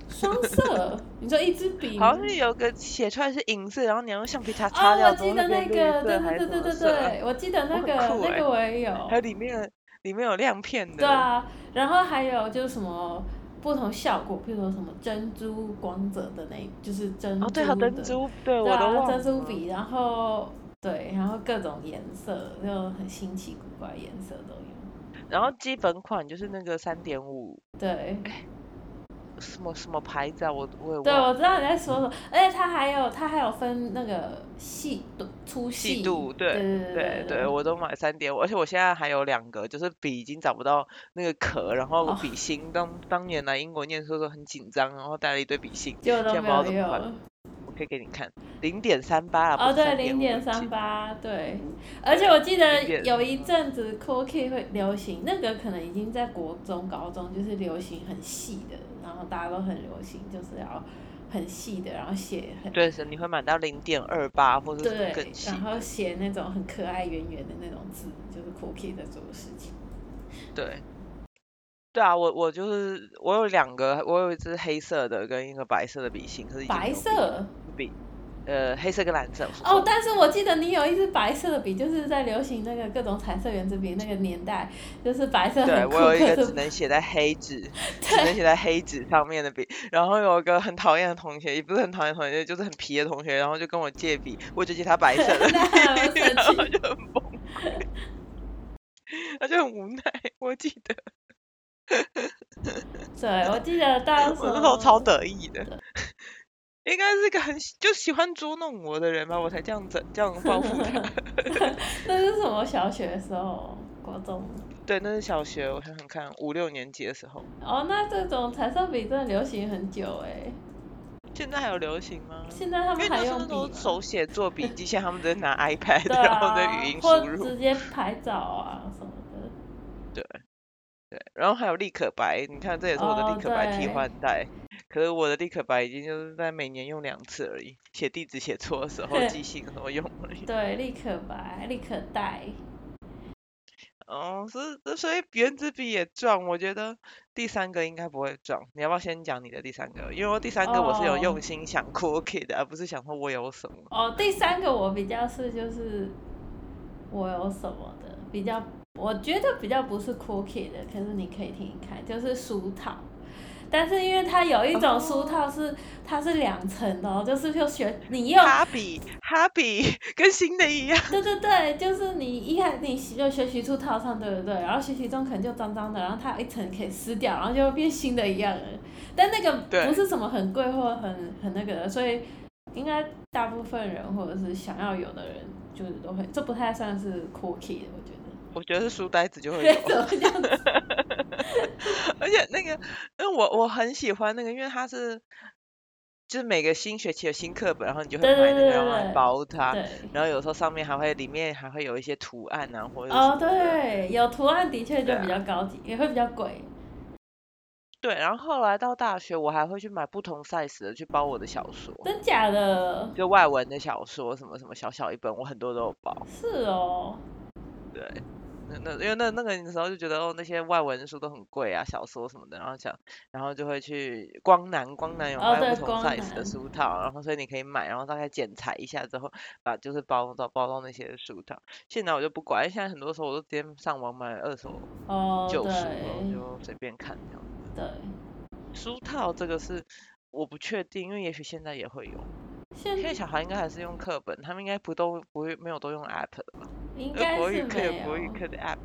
[SPEAKER 2] 双色，你说一支笔吗，
[SPEAKER 1] 好像是有个写出来是银色，然后你要用橡皮擦擦掉，
[SPEAKER 2] 哦，我
[SPEAKER 1] 然后
[SPEAKER 2] 记
[SPEAKER 1] 那
[SPEAKER 2] 得那
[SPEAKER 1] 边绿
[SPEAKER 2] 个，对
[SPEAKER 1] 色还
[SPEAKER 2] 对
[SPEAKER 1] 是
[SPEAKER 2] 对
[SPEAKER 1] 什
[SPEAKER 2] 对
[SPEAKER 1] 么
[SPEAKER 2] 对
[SPEAKER 1] 色啊，
[SPEAKER 2] 对，我记得那个
[SPEAKER 1] 很酷
[SPEAKER 2] 那
[SPEAKER 1] 欸
[SPEAKER 2] 个我也
[SPEAKER 1] 还有
[SPEAKER 2] 有，
[SPEAKER 1] 里面里面有亮片的。
[SPEAKER 2] 对啊，然后还有就是什么。不同效果，譬如说什么珍珠光泽的那，就是珍珠
[SPEAKER 1] 哦，
[SPEAKER 2] 的，
[SPEAKER 1] 对，还有珍珠，对，
[SPEAKER 2] 对
[SPEAKER 1] 我都
[SPEAKER 2] 啊，
[SPEAKER 1] 忘
[SPEAKER 2] 珍珠
[SPEAKER 1] 了
[SPEAKER 2] 笔，然后对，然后各种颜色，就很新奇古怪，颜色都有。
[SPEAKER 1] 然后基本款就是那个三点五，
[SPEAKER 2] 对，
[SPEAKER 1] 什么什么牌子啊，我我也
[SPEAKER 2] 对，
[SPEAKER 1] 忘了。
[SPEAKER 2] 我知道你在说什么，而且它还有它还有分那个细度、粗
[SPEAKER 1] 细
[SPEAKER 2] 细
[SPEAKER 1] 度对
[SPEAKER 2] 对
[SPEAKER 1] 对
[SPEAKER 2] 对
[SPEAKER 1] 对，我都买三点五，而且我现在还有两个，就是笔已经找不到那个壳，然后
[SPEAKER 2] 哦
[SPEAKER 1] 笔芯当当年来英国念书的时候很紧张，然后带了一堆笔芯，
[SPEAKER 2] 结果都
[SPEAKER 1] 现在不知道
[SPEAKER 2] 没有
[SPEAKER 1] 怎么办
[SPEAKER 2] 用。
[SPEAKER 1] 我可以给你看，零点三八啊，
[SPEAKER 2] 哦，
[SPEAKER 1] 不是
[SPEAKER 2] 对，零点
[SPEAKER 1] 点
[SPEAKER 2] 三八，对，而且我记得
[SPEAKER 1] 零点
[SPEAKER 2] 有一阵子 Cookie 会流行，那个可能已经在国中、高中就是流行很细的，然后大家都很流行，就是要很细的，然后写很
[SPEAKER 1] 对，是你会买到零点二八或者是
[SPEAKER 2] 对
[SPEAKER 1] 更，细
[SPEAKER 2] 然。后写那种很可爱圆圆的那种字，就是 Cookie 在做的事情。
[SPEAKER 1] 对，对啊，我我就是我有两个，我有一支黑色的跟一个白色的笔芯，可是已经没
[SPEAKER 2] 白
[SPEAKER 1] 有
[SPEAKER 2] 色
[SPEAKER 1] 笔，呃，黑色跟蓝色。我说错
[SPEAKER 2] 哦
[SPEAKER 1] 了，
[SPEAKER 2] 但是我记得你有一支白色的笔，就是在流行那个各种彩色原子笔那个年代，就是白色
[SPEAKER 1] 对
[SPEAKER 2] 很酷，
[SPEAKER 1] 我有一
[SPEAKER 2] 可
[SPEAKER 1] 个只
[SPEAKER 2] 是
[SPEAKER 1] 能写在黑纸，只能写在黑纸上面的笔。然后有一个很讨厌的同学，也不是很讨厌的同学，就是很皮的同学，然后就跟我借笔，我就借他白色的，
[SPEAKER 2] 那还 蛮神
[SPEAKER 1] 然后
[SPEAKER 2] 奇
[SPEAKER 1] 就
[SPEAKER 2] 的
[SPEAKER 1] 很崩溃， 他就很无奈。我记得
[SPEAKER 2] 对，我记得当时
[SPEAKER 1] 我那时候超得意的。 应该是个很喜就喜欢捉弄我的人吧，我才这样整这 样报复他。
[SPEAKER 2] 那是什么小学的时候？国中
[SPEAKER 1] 对，那是小学，我想想看，五六年级的时候，
[SPEAKER 2] 哦，那这种彩色笔真的流行很久哎、
[SPEAKER 1] 现在还有流行吗？
[SPEAKER 2] 现在他
[SPEAKER 1] 因为
[SPEAKER 2] 们
[SPEAKER 1] 那
[SPEAKER 2] 还
[SPEAKER 1] 时候
[SPEAKER 2] 用笔
[SPEAKER 1] 都
[SPEAKER 2] 吗？
[SPEAKER 1] 手写做笔记，现在他们都是 拿 iPad，、
[SPEAKER 2] 对
[SPEAKER 1] 然后在
[SPEAKER 2] 啊
[SPEAKER 1] 语音，
[SPEAKER 2] 或
[SPEAKER 1] 输入。
[SPEAKER 2] 直接拍照啊什么的。
[SPEAKER 1] 对，然后还有立可白，你看这也是我的
[SPEAKER 2] 哦
[SPEAKER 1] 立可白替
[SPEAKER 2] 对
[SPEAKER 1] 换代，可是我的立可白已经就是在每年用两次而已，写地址写错的时 候，记性的时候用而已。
[SPEAKER 2] 对，立可白、立可带，
[SPEAKER 1] 哦，是，所以原子笔也撞，我觉得第三个应该不会撞。你要不要先讲你的第三个？因为我第三个我是有
[SPEAKER 2] 哦
[SPEAKER 1] 用心想 cookie 的，而不是想说我有什么。
[SPEAKER 2] 哦，第三个我比较是就是我有什么的比较，我觉得比较不是 cookie 的，可是你可以听一看，就是书套。但是因为它有一种书套是、它是两层的、哦，就是就学你用
[SPEAKER 1] 哈比，哈比跟新的一样。
[SPEAKER 2] 对对对，就是你一开始你就学习处套上，对不对？然后学习中可能就脏脏的，然后它有一层可以撕掉，然后就会变新的一样了。但那
[SPEAKER 1] 对
[SPEAKER 2] 个不是什么很贵或很很那个的，所以应该大部分人或者是想要有的人，就是都会，这不太算是 cookie 的，我觉得。
[SPEAKER 1] 我觉得是书呆子就会有。
[SPEAKER 2] 怎么这样子？
[SPEAKER 1] 而且那个，因为我我很喜欢那个，因为它是就是每个新学期有新课本，然后你就会
[SPEAKER 2] 对
[SPEAKER 1] 买那个，
[SPEAKER 2] 对
[SPEAKER 1] 然后来
[SPEAKER 2] 对
[SPEAKER 1] 包它，
[SPEAKER 2] 对。
[SPEAKER 1] 然后有时候上面还会里面还会有一些图案啊，或者是
[SPEAKER 2] 哦，
[SPEAKER 1] 什么的
[SPEAKER 2] 对，有图案的确
[SPEAKER 1] 对
[SPEAKER 2] 就
[SPEAKER 1] 啊
[SPEAKER 2] 比较高级，也会比较贵。
[SPEAKER 1] 对。然后后来到大学，我还会去买不同 size 的去包我的小说，
[SPEAKER 2] 真假的？
[SPEAKER 1] 就外文的小说，什么什么小小一本，我很多都有包。
[SPEAKER 2] 是哦。
[SPEAKER 1] 对，那那因为那那个时候就觉得哦，那些外文书都很贵啊，小说什么的，然后想，然后就会去光南，光南有
[SPEAKER 2] 哦
[SPEAKER 1] 卖
[SPEAKER 2] 对
[SPEAKER 1] 不同
[SPEAKER 2] 光
[SPEAKER 1] size 的
[SPEAKER 2] 南
[SPEAKER 1] 书套，然后所以你可以买，然后大概剪裁一下之后，把就是包到包到那些书套。现在我就不管，因为现在很多时候我都直接上网买二手
[SPEAKER 2] 哦，
[SPEAKER 1] 旧书，然后
[SPEAKER 2] 对
[SPEAKER 1] 就随便看这样。
[SPEAKER 2] 对。
[SPEAKER 1] 书套这个是我不确定，因为也许现在也会有，
[SPEAKER 2] 现
[SPEAKER 1] 现在小孩应该还是用课本，他们应该不都不会没有都用 app 的吧？
[SPEAKER 2] 应
[SPEAKER 1] 呃
[SPEAKER 2] 该
[SPEAKER 1] 国
[SPEAKER 2] 是
[SPEAKER 1] 语课有
[SPEAKER 2] 没
[SPEAKER 1] 国语
[SPEAKER 2] 有，
[SPEAKER 1] 课的 app。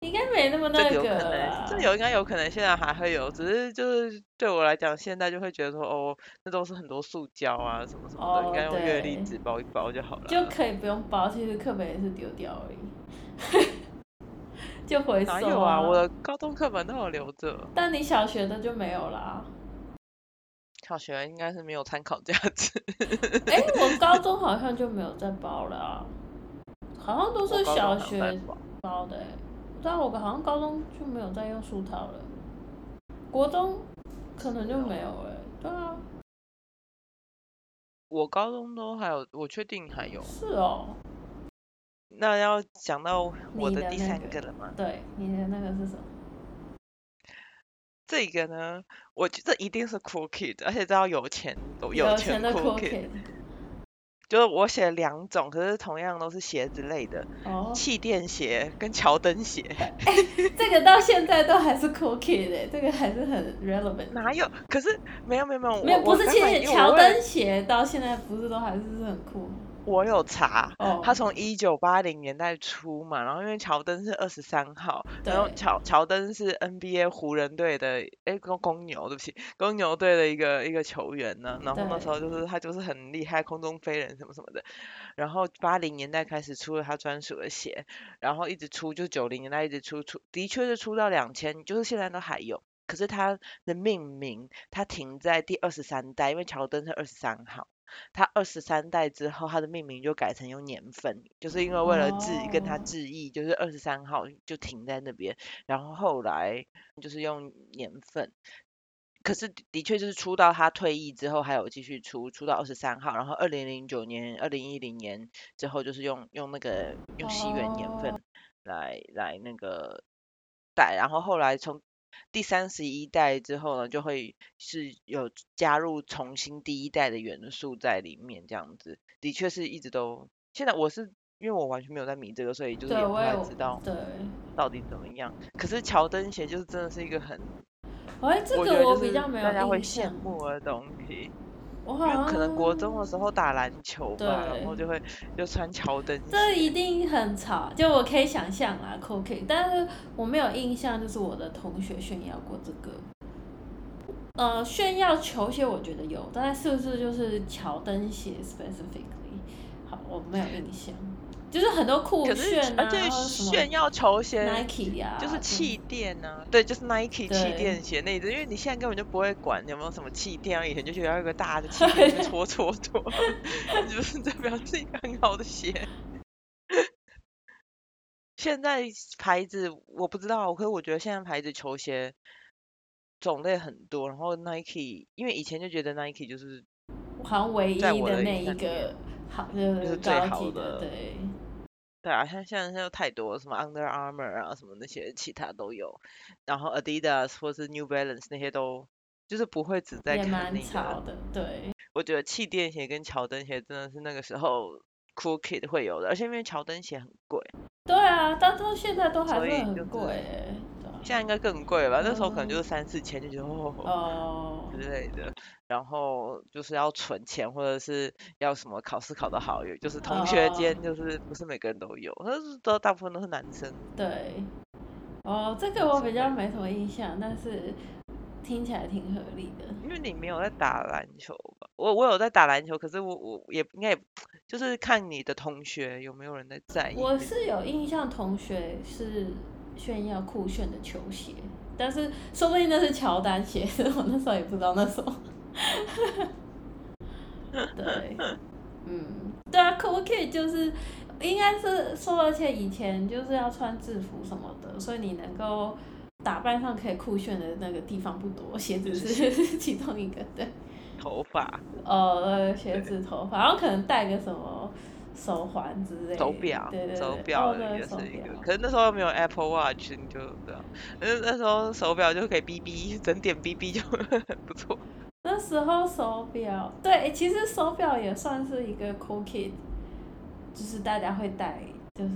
[SPEAKER 2] 应该没那么
[SPEAKER 1] 这
[SPEAKER 2] 那
[SPEAKER 1] 个有
[SPEAKER 2] 个
[SPEAKER 1] 可能，
[SPEAKER 2] 啦
[SPEAKER 1] 这有应该有可能，现在还会有，只是就是对我来讲，现在就会觉得说，哦，那都是很多塑胶啊什么什么的，应
[SPEAKER 2] 哦
[SPEAKER 1] 该用月历
[SPEAKER 2] 对
[SPEAKER 1] 纸包一包就好了。
[SPEAKER 2] 就可以不用包，其实课本也是丢掉而已， 就回收、
[SPEAKER 1] 哪有啊？我的高中课本都有留着，
[SPEAKER 2] 但你小学的就没有啦。
[SPEAKER 1] 小学应该是没有参考价值。
[SPEAKER 2] 哎、我高中好像就没有再包了、啊，好像 都
[SPEAKER 1] 我
[SPEAKER 2] 是
[SPEAKER 1] 高中
[SPEAKER 2] 小
[SPEAKER 1] 好像在
[SPEAKER 2] 学
[SPEAKER 1] 包
[SPEAKER 2] 包的、欸。但我好像高中就没有再用书套了，国中可能就没有了、对啊，
[SPEAKER 1] 我高中都还有，我确定还有。
[SPEAKER 2] 是哦，
[SPEAKER 1] 那要讲到我
[SPEAKER 2] 你
[SPEAKER 1] 的
[SPEAKER 2] 的
[SPEAKER 1] 第
[SPEAKER 2] 那
[SPEAKER 1] 三
[SPEAKER 2] 个
[SPEAKER 1] 个了吗？
[SPEAKER 2] 对，你的那个是什么？
[SPEAKER 1] 这个呢，我觉得一定是 cool kid，而且都要有钱，有
[SPEAKER 2] 有
[SPEAKER 1] 钱
[SPEAKER 2] 的
[SPEAKER 1] cool kid。
[SPEAKER 2] kid，
[SPEAKER 1] 就是我写两种，可是同样都是鞋子类的，
[SPEAKER 2] 哦，
[SPEAKER 1] 气垫鞋跟乔丹鞋，
[SPEAKER 2] 这个到现在都还是 cookie 的，这个还是很 relevant。
[SPEAKER 1] 哪有？可是没有没有没有，
[SPEAKER 2] 没有，
[SPEAKER 1] 我
[SPEAKER 2] 不
[SPEAKER 1] 我
[SPEAKER 2] 是
[SPEAKER 1] 刚
[SPEAKER 2] 其
[SPEAKER 1] 买
[SPEAKER 2] 实
[SPEAKER 1] 因为
[SPEAKER 2] 乔
[SPEAKER 1] 我为了
[SPEAKER 2] 丹鞋到现在不是都还是很酷吗？
[SPEAKER 1] 我有查，
[SPEAKER 2] 哦，
[SPEAKER 1] 它从一九八零年代初嘛，然后因为乔登是二十三号，然后
[SPEAKER 2] 对
[SPEAKER 1] 乔乔登是 NBA 湖人队的，哎公公牛，对不起，公牛队的一个一个球员呢，然后那时候就是他就是很厉害，空中飞人什么什么的，然后八零年代开始出了他专属的鞋，然后一直出，就九零年代一直出出，的确是出到两千，就是现在都还有。可是它的命名，它停在第二十三代，因为乔登是二十三号，他二十三代之后，他的命名就改成用年份，就是因为为了致跟他
[SPEAKER 2] 哦
[SPEAKER 1] 致意，就是二十三号就停在那边，然后后来就是用年份。可是的的确就是出到他退役之后，还有继续出，出到二十三号，然后二零零九年、二零一零年之后，就是用用那个用西元年
[SPEAKER 2] 哦
[SPEAKER 1] 份来来那个代，然后后来从第三十一代之后呢，就会是有加入重新第一代的元素在里面，这样子的确是一直都。现在我是因为我完全没有在迷这个，所以就是
[SPEAKER 2] 对
[SPEAKER 1] 嗯也不
[SPEAKER 2] 我
[SPEAKER 1] 太
[SPEAKER 2] 有
[SPEAKER 1] 知道
[SPEAKER 2] 对，
[SPEAKER 1] 到底怎么样。可是乔登鞋就是真的是一个很，
[SPEAKER 2] 哎，这
[SPEAKER 1] 觉得
[SPEAKER 2] 个
[SPEAKER 1] 就
[SPEAKER 2] 比
[SPEAKER 1] 是
[SPEAKER 2] 较没有
[SPEAKER 1] 大家会
[SPEAKER 2] 印
[SPEAKER 1] 羡
[SPEAKER 2] 象，
[SPEAKER 1] 慕的东西。
[SPEAKER 2] 我
[SPEAKER 1] 因
[SPEAKER 2] 好
[SPEAKER 1] 为
[SPEAKER 2] 像
[SPEAKER 1] 可能国中的时候打篮球吧，然后
[SPEAKER 2] 对
[SPEAKER 1] 就会就穿乔登鞋。
[SPEAKER 2] 这一定很吵，就我可以想象啦 c o k 但是我没有印象，就是我的同学炫耀过这个。呃，炫耀球鞋我觉得有，但是是不是就是乔丹鞋 specifically？好，我没有印象，就是很多酷
[SPEAKER 1] 可是
[SPEAKER 2] 炫啊，
[SPEAKER 1] 而且
[SPEAKER 2] 然后什么
[SPEAKER 1] 炫耀球鞋
[SPEAKER 2] Nike 啊，
[SPEAKER 1] 就是
[SPEAKER 2] 什么
[SPEAKER 1] 气垫啊，对，就是 Nike 气
[SPEAKER 2] 对
[SPEAKER 1] 垫鞋那一种，因为你现在根本就不会管有没有什么气垫，啊，以前就觉得要有个大的气垫去 搓搓搓， 就是代表是一个很好的鞋。现在牌子我不知道，啊可是我觉得现在牌子球鞋种类很多，然后 Nike，因为以前就觉得 Nike 就是
[SPEAKER 2] 好像唯一
[SPEAKER 1] 在我的
[SPEAKER 2] 那
[SPEAKER 1] 印
[SPEAKER 2] 一
[SPEAKER 1] 象里面
[SPEAKER 2] 个好就
[SPEAKER 1] 就是
[SPEAKER 2] 是
[SPEAKER 1] 最
[SPEAKER 2] 高
[SPEAKER 1] 好
[SPEAKER 2] 级
[SPEAKER 1] 的
[SPEAKER 2] 对。
[SPEAKER 1] 对啊，像现在又太多了，什么 Under Armour 啊，什么那些其他都有，然后 Adidas 或是 New Balance 那些都就是不会只在
[SPEAKER 2] 也
[SPEAKER 1] 看
[SPEAKER 2] 蛮
[SPEAKER 1] 那
[SPEAKER 2] 吵
[SPEAKER 1] 个。
[SPEAKER 2] 的，对，
[SPEAKER 1] 我觉得气垫鞋跟乔丹鞋真的是那个时候 Cool Kid 会有的，而且因为乔丹鞋很贵，
[SPEAKER 2] 对啊，但到现在都还
[SPEAKER 1] 所
[SPEAKER 2] 是
[SPEAKER 1] 以就
[SPEAKER 2] 很
[SPEAKER 1] 是
[SPEAKER 2] 贵欸，对啊
[SPEAKER 1] 现在应该更贵了吧？那时候可能就是
[SPEAKER 2] 嗯
[SPEAKER 1] 三四千，就觉得哦
[SPEAKER 2] 哦，
[SPEAKER 1] 之类的，然后就是要存钱或者是要什么考试考得好，也就是同学
[SPEAKER 2] 哦
[SPEAKER 1] 间就是不是每个人都有，但是都大部分都是男生。
[SPEAKER 2] 对，哦，这个
[SPEAKER 1] 男
[SPEAKER 2] 我
[SPEAKER 1] 生
[SPEAKER 2] 比
[SPEAKER 1] 会
[SPEAKER 2] 较
[SPEAKER 1] 有
[SPEAKER 2] 没什么印象，但是听起来挺合理的。
[SPEAKER 1] 因为你没有在打篮球吧？我我有在打篮球，可是我我也应该也就是看你的同学有没有人在在意
[SPEAKER 2] 我
[SPEAKER 1] 那
[SPEAKER 2] 是有印象，同学是炫耀酷炫的球鞋，但是说不定那是乔丹鞋， 我那时候也 不知道那什么。对，嗯，对啊，Cool Kid 就是应该是说，而且以前就是要穿制服什么的，所以你能够打扮上可以酷炫的那个地方不多，鞋子是 其中一个。对，
[SPEAKER 1] 头发、
[SPEAKER 2] 哦，呃鞋子、头发，然后可能戴个什么手环之类的，
[SPEAKER 1] 手表
[SPEAKER 2] 对对、对，
[SPEAKER 1] 手
[SPEAKER 2] 哦
[SPEAKER 1] 表
[SPEAKER 2] 对
[SPEAKER 1] 也
[SPEAKER 2] 手
[SPEAKER 1] 是一个
[SPEAKER 2] 表。
[SPEAKER 1] 可是那时候没有 Apple Watch，你就这样。那那时候手表就可以哔哔，整点哔哔就很不错。
[SPEAKER 2] 那时候手表，对，诶其实手表也算是一个 cool kid，就是大家会戴，就是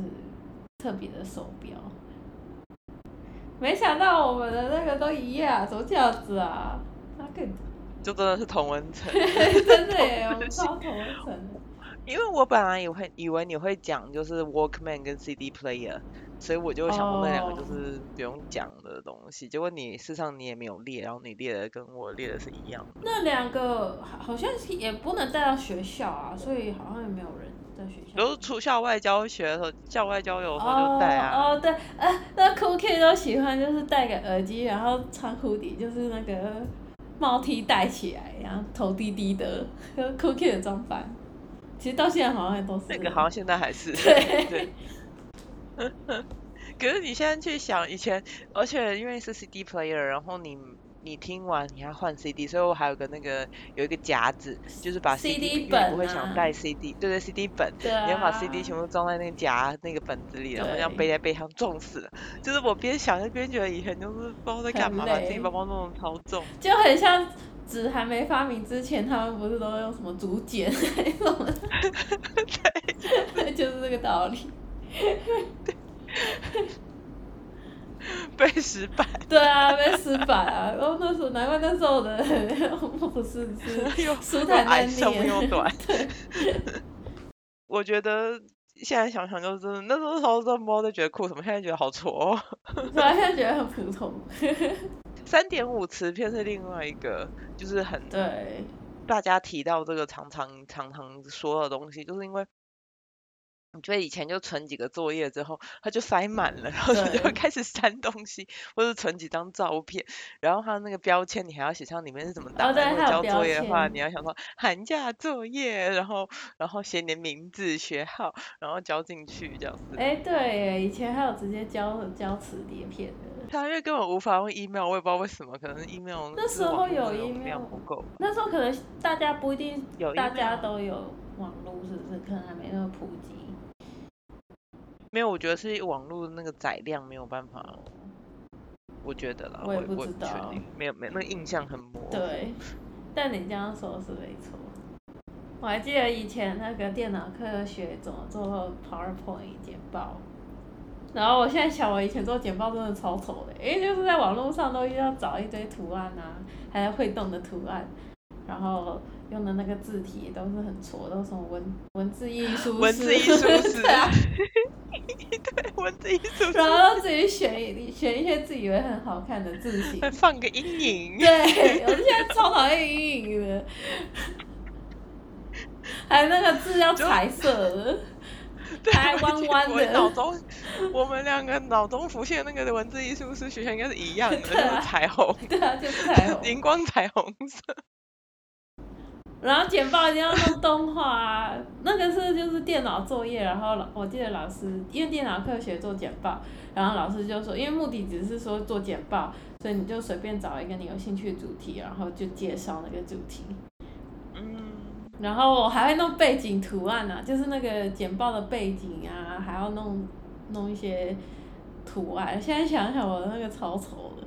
[SPEAKER 2] 特别的手表。没想到我们的那个都一样，什么饺子啊？那个
[SPEAKER 1] 就真的是同文层，
[SPEAKER 2] 真的耶，我们超头层的。
[SPEAKER 1] 因为我本来也会以为你会讲就是 Walkman 跟 CD player，所以我就想说那两个就
[SPEAKER 2] 哦
[SPEAKER 1] 是不用讲的东西。结果你事实上你也没有列，然后你列的跟我列的是一样的。
[SPEAKER 2] 那两个好好像是也不能带到学校啊，所以好像也没有人在学校。
[SPEAKER 1] 然后出校外教学的时候，校外交友的时候
[SPEAKER 2] 哦
[SPEAKER 1] 就带啊，
[SPEAKER 2] 哦，对，呃，那 Cool Kid 都喜欢就是戴个耳机，然后穿蝴蝶，就是那个帽 T 戴起来，然后头低低的， 就是 Cool Kid 的装扮。其实到现在好像都是
[SPEAKER 1] 那个好像现在还是
[SPEAKER 2] 对
[SPEAKER 1] 对。可是你现在去想以前，而且因为是 CD player，然后你你听完你还换 CD，所以我还有个那个有一个夹子，就是把
[SPEAKER 2] CD
[SPEAKER 1] 因为你不
[SPEAKER 2] 本
[SPEAKER 1] 会想
[SPEAKER 2] 啊
[SPEAKER 1] 带 CD，对对 CD 本，
[SPEAKER 2] 对
[SPEAKER 1] 你
[SPEAKER 2] 啊，
[SPEAKER 1] 要把 CD 全部装在那个夹那个本子里，然后这样
[SPEAKER 2] 对
[SPEAKER 1] 背在背上，重死了。就是我边想就边觉得以前就是不知道在干
[SPEAKER 2] 很
[SPEAKER 1] 嘛，把自己
[SPEAKER 2] 累
[SPEAKER 1] 包包弄得超重。
[SPEAKER 2] 就很像纸还没发明之前，他们不是都用什么竹简啊那 种的？对，就是这个道理。
[SPEAKER 1] 被失败，
[SPEAKER 2] 对啊，被失败啊！然后那时候难怪那时候的 我不是 是
[SPEAKER 1] 又
[SPEAKER 2] 苏
[SPEAKER 1] 又
[SPEAKER 2] 坦
[SPEAKER 1] 矮
[SPEAKER 2] 在
[SPEAKER 1] 瘦
[SPEAKER 2] 念，
[SPEAKER 1] 又短。我觉得现在想想就是真的，那时候都不知道在觉得酷什么，现在觉得好挫、哦。
[SPEAKER 2] 突然现在觉得很普通。
[SPEAKER 1] 三点五磁片是另外一个，就是很
[SPEAKER 2] 对，
[SPEAKER 1] 大家提到这个常常常常说的东西，就是因为你觉得以前就存几个作业之后，它就塞满了，然后你就
[SPEAKER 2] 对
[SPEAKER 1] 会开始删东西，或者存几张照片，然后它那个标签你还要写上里面是怎么打
[SPEAKER 2] 哦对
[SPEAKER 1] 的。如果
[SPEAKER 2] 还有
[SPEAKER 1] 交
[SPEAKER 2] 标
[SPEAKER 1] 作业的话，
[SPEAKER 2] 签
[SPEAKER 1] 你要想说寒假作业，然后然后写你的名字、学号，然后交进去这样子。
[SPEAKER 2] 哎、对耶，以前还有直接交交磁碟片的，
[SPEAKER 1] 他因为根本无法用 email，我也不知道为什么，可能 email
[SPEAKER 2] 那
[SPEAKER 1] 就是
[SPEAKER 2] 时候
[SPEAKER 1] 网络
[SPEAKER 2] 有
[SPEAKER 1] 的容量
[SPEAKER 2] email
[SPEAKER 1] 不够吧，
[SPEAKER 2] 那时候可能大家不一定，
[SPEAKER 1] 有
[SPEAKER 2] 大
[SPEAKER 1] email
[SPEAKER 2] 家都有网络，是不是？可能还没那么普及。
[SPEAKER 1] 没有，我觉得是网络那个载量没有办法，我觉得啦，
[SPEAKER 2] 我也
[SPEAKER 1] 我
[SPEAKER 2] 不
[SPEAKER 1] 也
[SPEAKER 2] 知
[SPEAKER 1] 不确
[SPEAKER 2] 道
[SPEAKER 1] 定，没有没有那个印象很模糊。
[SPEAKER 2] 对，但你这样说是没错。我还记得以前那个电脑课学怎么做 PowerPoint 简报，然后我现在想，我以前做简报真的超丑的，因为就是在网络上都要找一堆图案啊，还有会动的图案，然后用的那个字体都是很挫，都是什么文文字艺 术
[SPEAKER 1] 文字艺术史
[SPEAKER 2] 对啊，
[SPEAKER 1] 对，文字艺术
[SPEAKER 2] 然后自己选一选一些自己以为很好看的字型，
[SPEAKER 1] 会放个阴影，
[SPEAKER 2] 对，我现在超讨厌阴影的，还有那个字要彩色的，
[SPEAKER 1] 对
[SPEAKER 2] 还
[SPEAKER 1] 我
[SPEAKER 2] 弯
[SPEAKER 1] 记得
[SPEAKER 2] 弯
[SPEAKER 1] 我
[SPEAKER 2] 的
[SPEAKER 1] 脑中，我们两个脑中浮现那个文字艺术史学校应该是一样的，就
[SPEAKER 2] 对啊
[SPEAKER 1] 是彩虹，
[SPEAKER 2] 对啊，就是彩虹。
[SPEAKER 1] 荧光彩虹色。
[SPEAKER 2] 然后简报一定要弄动画啊，那个是就是电脑作业，然后老我记得老师因为电脑课学做简报，然后老师就说，因为目的只是说做简报，所以你就随便找一个你有兴趣的主题，然后就介绍那个主题。
[SPEAKER 1] 嗯，
[SPEAKER 2] 然后我还会弄背景图案啊，就是那个简报的背景啊，还要弄弄一些图案。现在想想，我那个超丑的，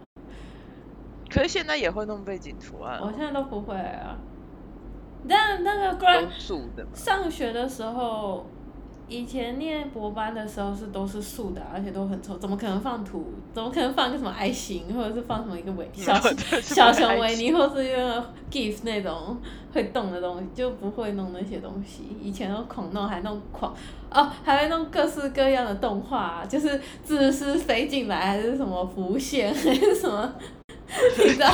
[SPEAKER 1] 可是现在也会弄背景图案
[SPEAKER 2] 我
[SPEAKER 1] 哦，
[SPEAKER 2] 现在都不会啊。但那个关
[SPEAKER 1] 都素的嘛。
[SPEAKER 2] 上学的时候，以前念博班的时候是都是素的啊，而且都很丑，怎么可能放图？怎么可能放个什么爱心，或者是放什么一个维 小
[SPEAKER 1] 没有这是
[SPEAKER 2] 小
[SPEAKER 1] 不太
[SPEAKER 2] 熊维
[SPEAKER 1] 行
[SPEAKER 2] 尼，或是一个 GIF 那种会动的东西，就不会弄那些东西。以前都狂弄，还弄狂哦，还会弄各式各样的动画、啊就是字是飞进来，还是什么浮现， 还是什么，你 知道？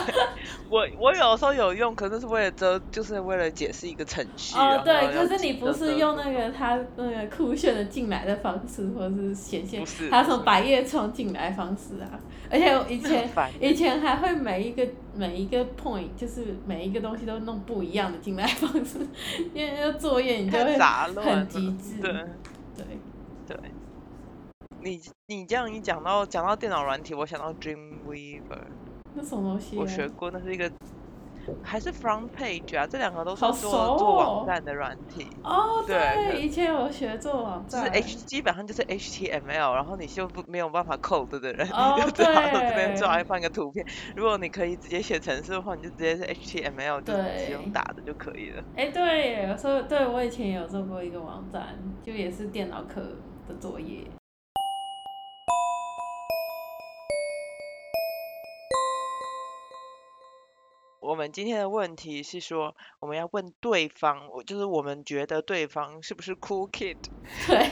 [SPEAKER 1] 我我有时候有用，可是是为了遮，就是为了解释一个程序。啊
[SPEAKER 2] 哦，
[SPEAKER 1] 然
[SPEAKER 2] 对，
[SPEAKER 1] 后要
[SPEAKER 2] 可是
[SPEAKER 1] 记
[SPEAKER 2] 你不
[SPEAKER 1] 得
[SPEAKER 2] 是
[SPEAKER 1] 遮
[SPEAKER 2] 用
[SPEAKER 1] 住
[SPEAKER 2] 那个它那个酷炫的进来的方式，或者是显现
[SPEAKER 1] 不是
[SPEAKER 2] 它
[SPEAKER 1] 不
[SPEAKER 2] 什么
[SPEAKER 1] 是
[SPEAKER 2] 百叶窗进来的方式啊。而且我以前
[SPEAKER 1] 很烦
[SPEAKER 2] 以前还会每一个每一个 point，就是每一个东西都弄不一样的进来的方式，因为那个作业 你就
[SPEAKER 1] 太
[SPEAKER 2] 会
[SPEAKER 1] 杂乱了，
[SPEAKER 2] 很极致。
[SPEAKER 1] 对
[SPEAKER 2] 对，
[SPEAKER 1] 对，你你这样一讲到讲到电脑软体，我想到 Dreamweaver，
[SPEAKER 2] 那什么东西、啊？
[SPEAKER 1] 我学过，那是一个还是 Front Page 啊，这两个都是
[SPEAKER 2] 好
[SPEAKER 1] 做、
[SPEAKER 2] 熟
[SPEAKER 1] 做
[SPEAKER 2] 哦
[SPEAKER 1] 网站的软体。
[SPEAKER 2] 哦，
[SPEAKER 1] 对可
[SPEAKER 2] 对，以前有学做网
[SPEAKER 1] 就是
[SPEAKER 2] 站。
[SPEAKER 1] H 基本上就是 HTML，然后你就不没有办法 code 的人，你
[SPEAKER 2] 哦
[SPEAKER 1] 就只好从这边
[SPEAKER 2] 对
[SPEAKER 1] 抓一放一个图片。如果你可以直接写程式的话，你就直接是 HTML，就只
[SPEAKER 2] 对
[SPEAKER 1] 用打的就可以了。
[SPEAKER 2] 哎、对耶，所以对我以前有做过一个网站，就也是电脑课的作业。
[SPEAKER 1] 我们今天的问题是说，我们要问对方，我就是我们觉得对方是不是 cool kid？
[SPEAKER 2] 对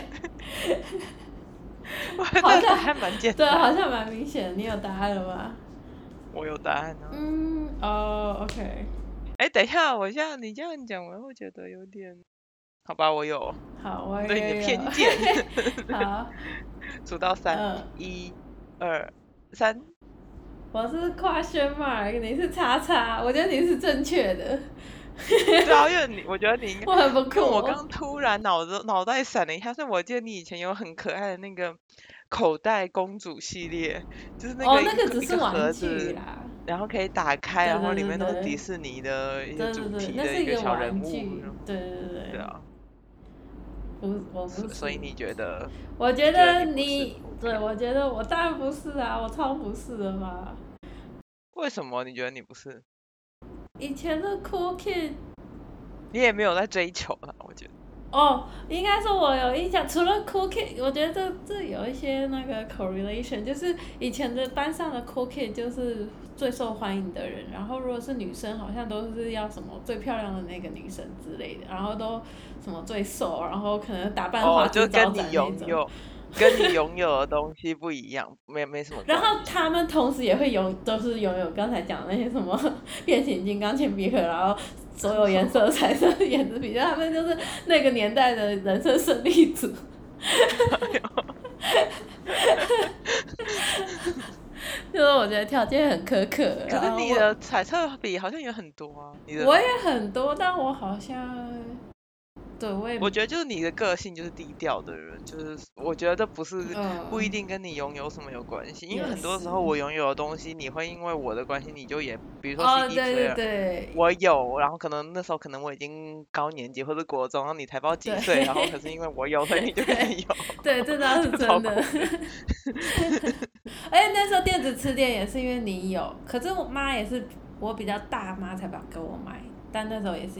[SPEAKER 1] 我觉
[SPEAKER 2] 好
[SPEAKER 1] 得
[SPEAKER 2] 像
[SPEAKER 1] 还蛮简
[SPEAKER 2] 对，
[SPEAKER 1] 单。
[SPEAKER 2] 好像蛮明显的。你有答案了吗？
[SPEAKER 1] 我有答案啊。
[SPEAKER 2] 嗯，哦，OK，
[SPEAKER 1] 哎，等一下，我现在你这样讲，我会觉得有点……好吧，我有
[SPEAKER 2] 好，我也
[SPEAKER 1] 对你的
[SPEAKER 2] 有
[SPEAKER 1] 偏见。
[SPEAKER 2] 好，
[SPEAKER 1] 数到三，
[SPEAKER 2] 嗯，
[SPEAKER 1] 一、二、三。
[SPEAKER 2] 我是跨轩 mark，你是叉叉，我觉得你是正确的，
[SPEAKER 1] 对啊，因为你，我觉得你应该。
[SPEAKER 2] 我很不
[SPEAKER 1] 因
[SPEAKER 2] 酷。
[SPEAKER 1] 为我刚突然脑子脑袋闪了一下，是我记得你以前有很可爱的那个口袋公主系列，就是那
[SPEAKER 2] 哦
[SPEAKER 1] 个，一
[SPEAKER 2] 那个只
[SPEAKER 1] 一
[SPEAKER 2] 是
[SPEAKER 1] 盒
[SPEAKER 2] 玩具
[SPEAKER 1] 子，
[SPEAKER 2] 啦，
[SPEAKER 1] 然后可以打开，
[SPEAKER 2] 对
[SPEAKER 1] 然后里
[SPEAKER 2] 对对
[SPEAKER 1] 面都是
[SPEAKER 2] 对
[SPEAKER 1] 迪士尼的一些
[SPEAKER 2] 对
[SPEAKER 1] 主
[SPEAKER 2] 对对
[SPEAKER 1] 题，
[SPEAKER 2] 那
[SPEAKER 1] 的
[SPEAKER 2] 是
[SPEAKER 1] 一
[SPEAKER 2] 个
[SPEAKER 1] 小人
[SPEAKER 2] 玩
[SPEAKER 1] 物
[SPEAKER 2] 具。，对对对
[SPEAKER 1] 对啊，
[SPEAKER 2] 不，我不
[SPEAKER 1] 所
[SPEAKER 2] 是。
[SPEAKER 1] 所以你觉得
[SPEAKER 2] 我觉
[SPEAKER 1] 觉得
[SPEAKER 2] 得
[SPEAKER 1] 你不是
[SPEAKER 2] 你，对我觉得我当然不是啊，我超不是的嘛。
[SPEAKER 1] 为什么？你觉得你不是？
[SPEAKER 2] 以前的 cool kid
[SPEAKER 1] 你也没有在追求了，我觉得。
[SPEAKER 2] 哦，应该是我有印象，除了 cool kid，我觉得这这有一些那个 correlation，就是以前的班上的 cool kid 就是最受欢迎的人，然后如果是女生，好像都是要什么最漂亮的那个女生之类的，然后都什么最瘦，然后可能打扮花
[SPEAKER 1] 哦，
[SPEAKER 2] 枝
[SPEAKER 1] 就
[SPEAKER 2] 招
[SPEAKER 1] 跟
[SPEAKER 2] 展
[SPEAKER 1] 你
[SPEAKER 2] 那
[SPEAKER 1] 拥
[SPEAKER 2] 种。
[SPEAKER 1] 有，跟你拥有的东西不一样，没没什么
[SPEAKER 2] 然
[SPEAKER 1] 关
[SPEAKER 2] 后
[SPEAKER 1] 系。
[SPEAKER 2] 他们同时也会拥，都是拥有刚才讲的那些什么 变形金刚、铅笔盒，然后所有颜色、彩色的颜值比，就他们就是那个年代的人生胜利组。 就是我觉得条件很苛刻，
[SPEAKER 1] 可
[SPEAKER 2] 然
[SPEAKER 1] 是
[SPEAKER 2] 后
[SPEAKER 1] 你
[SPEAKER 2] 啊我
[SPEAKER 1] 的彩色笔好像也很多啊，你的
[SPEAKER 2] 我也很多，但我好像对我也
[SPEAKER 1] 我觉得就是你的个性就是低调的人，就是我觉得这不是不一
[SPEAKER 2] 嗯
[SPEAKER 1] 定跟你拥有什么有关系，因为
[SPEAKER 2] 也
[SPEAKER 1] 很多
[SPEAKER 2] 是
[SPEAKER 1] 时候我拥有的东西，你会因为我的关系，你就也比如说
[SPEAKER 2] 哦，
[SPEAKER 1] CD
[SPEAKER 2] 对对
[SPEAKER 1] player，
[SPEAKER 2] 对
[SPEAKER 1] 我有，然后可能那时候可能我已经高年级或者国中，然后你才不知道几岁，然后可
[SPEAKER 2] 对
[SPEAKER 1] 是因为我有，所以你就跟着
[SPEAKER 2] 对
[SPEAKER 1] 有，
[SPEAKER 2] 对，这倒是
[SPEAKER 1] 就 超
[SPEAKER 2] 真的。
[SPEAKER 1] 酷的。
[SPEAKER 2] 而且那时候电子词典也是因为你有，可是我妈也是我比较大妈才把给我买，但那时候也是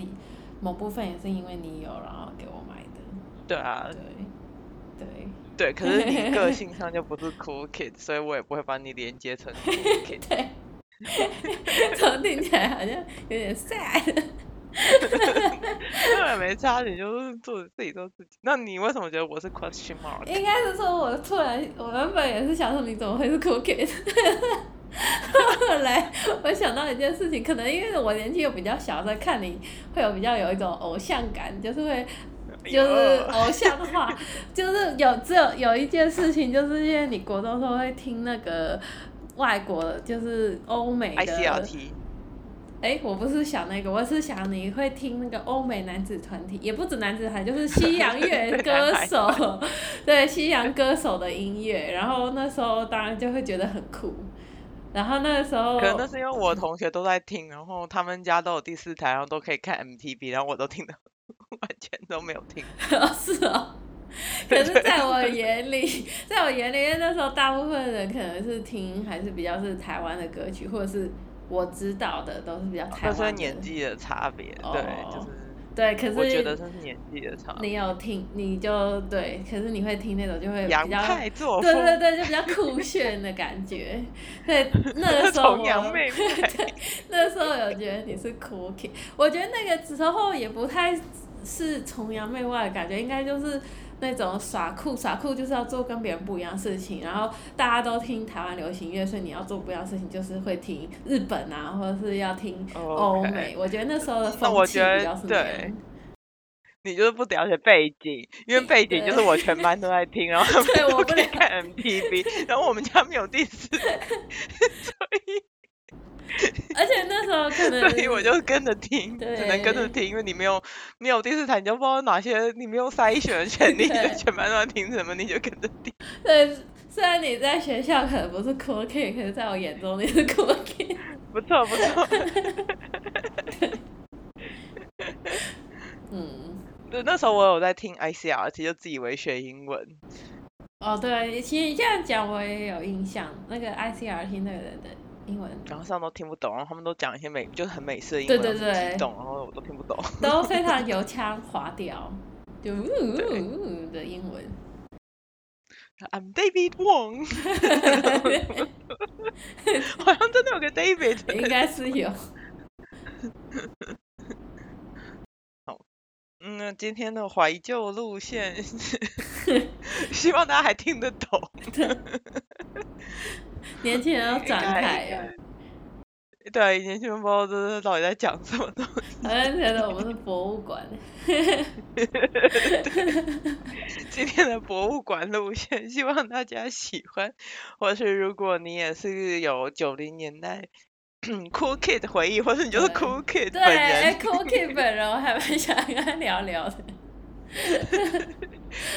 [SPEAKER 2] 某部分也是因为你有，然后给我买的。
[SPEAKER 1] 对啊，
[SPEAKER 2] 对
[SPEAKER 1] 对，可是你个
[SPEAKER 2] 对
[SPEAKER 1] 性上就不是 cool kid，所以我也不会把你连接成 cool kid。
[SPEAKER 2] 对，怎么听起来好像有点 sad？
[SPEAKER 1] 那也没差，你就是做自己做自己。那你为什么觉得我是 question mark？
[SPEAKER 2] 应该是说，我突然，我原本也是想说你怎么会是 cookie，后来我想到一件事情，可能因为我年纪又比较小，在看你会有比较有一种偶像感，就是会。
[SPEAKER 1] 哎呦，
[SPEAKER 2] 就是偶像 化，就是有只有有一件事情，就是因为你国中的时候会听那个外国的，就是欧美的
[SPEAKER 1] ICRT，
[SPEAKER 2] 哎，我不是想那个，我是想你会听那个欧美男子团体，也不止男子团，就是西洋乐
[SPEAKER 1] 对男
[SPEAKER 2] 歌
[SPEAKER 1] 孩
[SPEAKER 2] 手
[SPEAKER 1] 团，
[SPEAKER 2] 对西洋歌手的音乐。然后那时候当然就会觉得很酷。然后那时
[SPEAKER 1] 可能那
[SPEAKER 2] 候，
[SPEAKER 1] 是因为我同学都在听，然后他们家都有第四台，然后都可以看 MTV，然后我都听的 完全都没有听。
[SPEAKER 2] 是哦。
[SPEAKER 1] 对
[SPEAKER 2] 可是，
[SPEAKER 1] 对
[SPEAKER 2] 在我眼里， 在我眼里，因为那时候大部分人可能是听还是比较是台湾的歌曲，或者是我知道的都是比较台
[SPEAKER 1] 那是
[SPEAKER 2] 湾的。
[SPEAKER 1] 年纪的差别，对，就
[SPEAKER 2] 哦，
[SPEAKER 1] 是
[SPEAKER 2] 对，可
[SPEAKER 1] 我觉得
[SPEAKER 2] 是
[SPEAKER 1] 这是年纪的差
[SPEAKER 2] 你
[SPEAKER 1] 别，
[SPEAKER 2] 有听，你就对，可是你会听那种就会比
[SPEAKER 1] 洋
[SPEAKER 2] 较，
[SPEAKER 1] 派哦作
[SPEAKER 2] 对对
[SPEAKER 1] 风，
[SPEAKER 2] 对，就比较酷炫的感觉。对，那个时候
[SPEAKER 1] 崇洋
[SPEAKER 2] 我，
[SPEAKER 1] 媚外。
[SPEAKER 2] 对，那时候有觉得你是 cool kid，我觉得那个时候也不太是崇洋媚外的感觉，应该就是。那种耍酷，耍酷就是要做跟别人不一样的事情，然后大家都听台湾流行乐，所以你要做不一样的事情，就是会听日本啊，或者是要听欧
[SPEAKER 1] 哦 OK，
[SPEAKER 2] 哦美。我觉得那时候的
[SPEAKER 1] 那
[SPEAKER 2] 风
[SPEAKER 1] 我觉
[SPEAKER 2] 气比
[SPEAKER 1] 得
[SPEAKER 2] 较是那样。
[SPEAKER 1] 对。 你就是不了解背景，因为背景就是
[SPEAKER 2] 对，
[SPEAKER 1] 我全班都在听，然后他们
[SPEAKER 2] 对，
[SPEAKER 1] 都
[SPEAKER 2] 我不
[SPEAKER 1] 可以
[SPEAKER 2] 了，
[SPEAKER 1] 看 MTV，然后我们家没有第四台，
[SPEAKER 2] 而且那时候 可
[SPEAKER 1] 所以我
[SPEAKER 2] 能
[SPEAKER 1] 就跟着听，只能跟着
[SPEAKER 2] 对
[SPEAKER 1] 听，因为你没有没有第四台，你就不知道哪些，你没有筛选的权利，就
[SPEAKER 2] 对
[SPEAKER 1] 全班都在听什么，你就跟着听。
[SPEAKER 2] 对，虽然你在学校可能不是 cool kid，可是在我眼中你是 cool kid。
[SPEAKER 1] 不错不错，
[SPEAKER 2] 嗯，
[SPEAKER 1] 对，那时候我有在听 ICRT，就自以为学英文。
[SPEAKER 2] 哦，对，其实你这样讲我也有印象，那个 ICRT 那个人的 英文，
[SPEAKER 1] 然后上都听不懂，然后他们都讲一些美，就是很美式的英
[SPEAKER 2] 对
[SPEAKER 1] 文，然
[SPEAKER 2] 对
[SPEAKER 1] 后很激
[SPEAKER 2] 对，
[SPEAKER 1] 动，然后我都听不懂。
[SPEAKER 2] 都非常油腔滑调，就呜呜
[SPEAKER 1] 对
[SPEAKER 2] 呜的英 文。
[SPEAKER 1] ，I'm David Wong，好像真的有个 David。
[SPEAKER 2] 应该是有，
[SPEAKER 1] 好，嗯，那今天的怀旧路线， 希望大家还听得懂，
[SPEAKER 2] 年轻人要啊
[SPEAKER 1] 应
[SPEAKER 2] 转
[SPEAKER 1] 该应
[SPEAKER 2] 台了，
[SPEAKER 1] 该。对，年轻人不知道这这到底在讲什么东
[SPEAKER 2] 好像觉得我们是博物馆。
[SPEAKER 1] 西。今天的博物馆路线，希望大家喜欢。或是如果你也是有九零年代 cool kid 回忆，或是你就是
[SPEAKER 2] 对
[SPEAKER 1] cool kid
[SPEAKER 2] 对，
[SPEAKER 1] 本人，
[SPEAKER 2] 哎，Cookie 本人我还蛮想跟他聊聊的。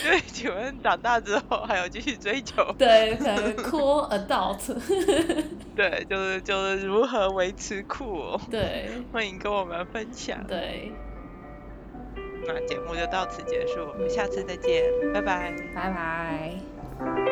[SPEAKER 1] 对，请问长大之后还有继续追求？
[SPEAKER 2] 对，可能 cool adult，
[SPEAKER 1] 对，就是就是如何维持酷哦、
[SPEAKER 2] 对
[SPEAKER 1] 欢迎跟我们分享。
[SPEAKER 2] 对，
[SPEAKER 1] 那节目就到此结束，我们下次再见，拜拜。
[SPEAKER 2] 拜拜。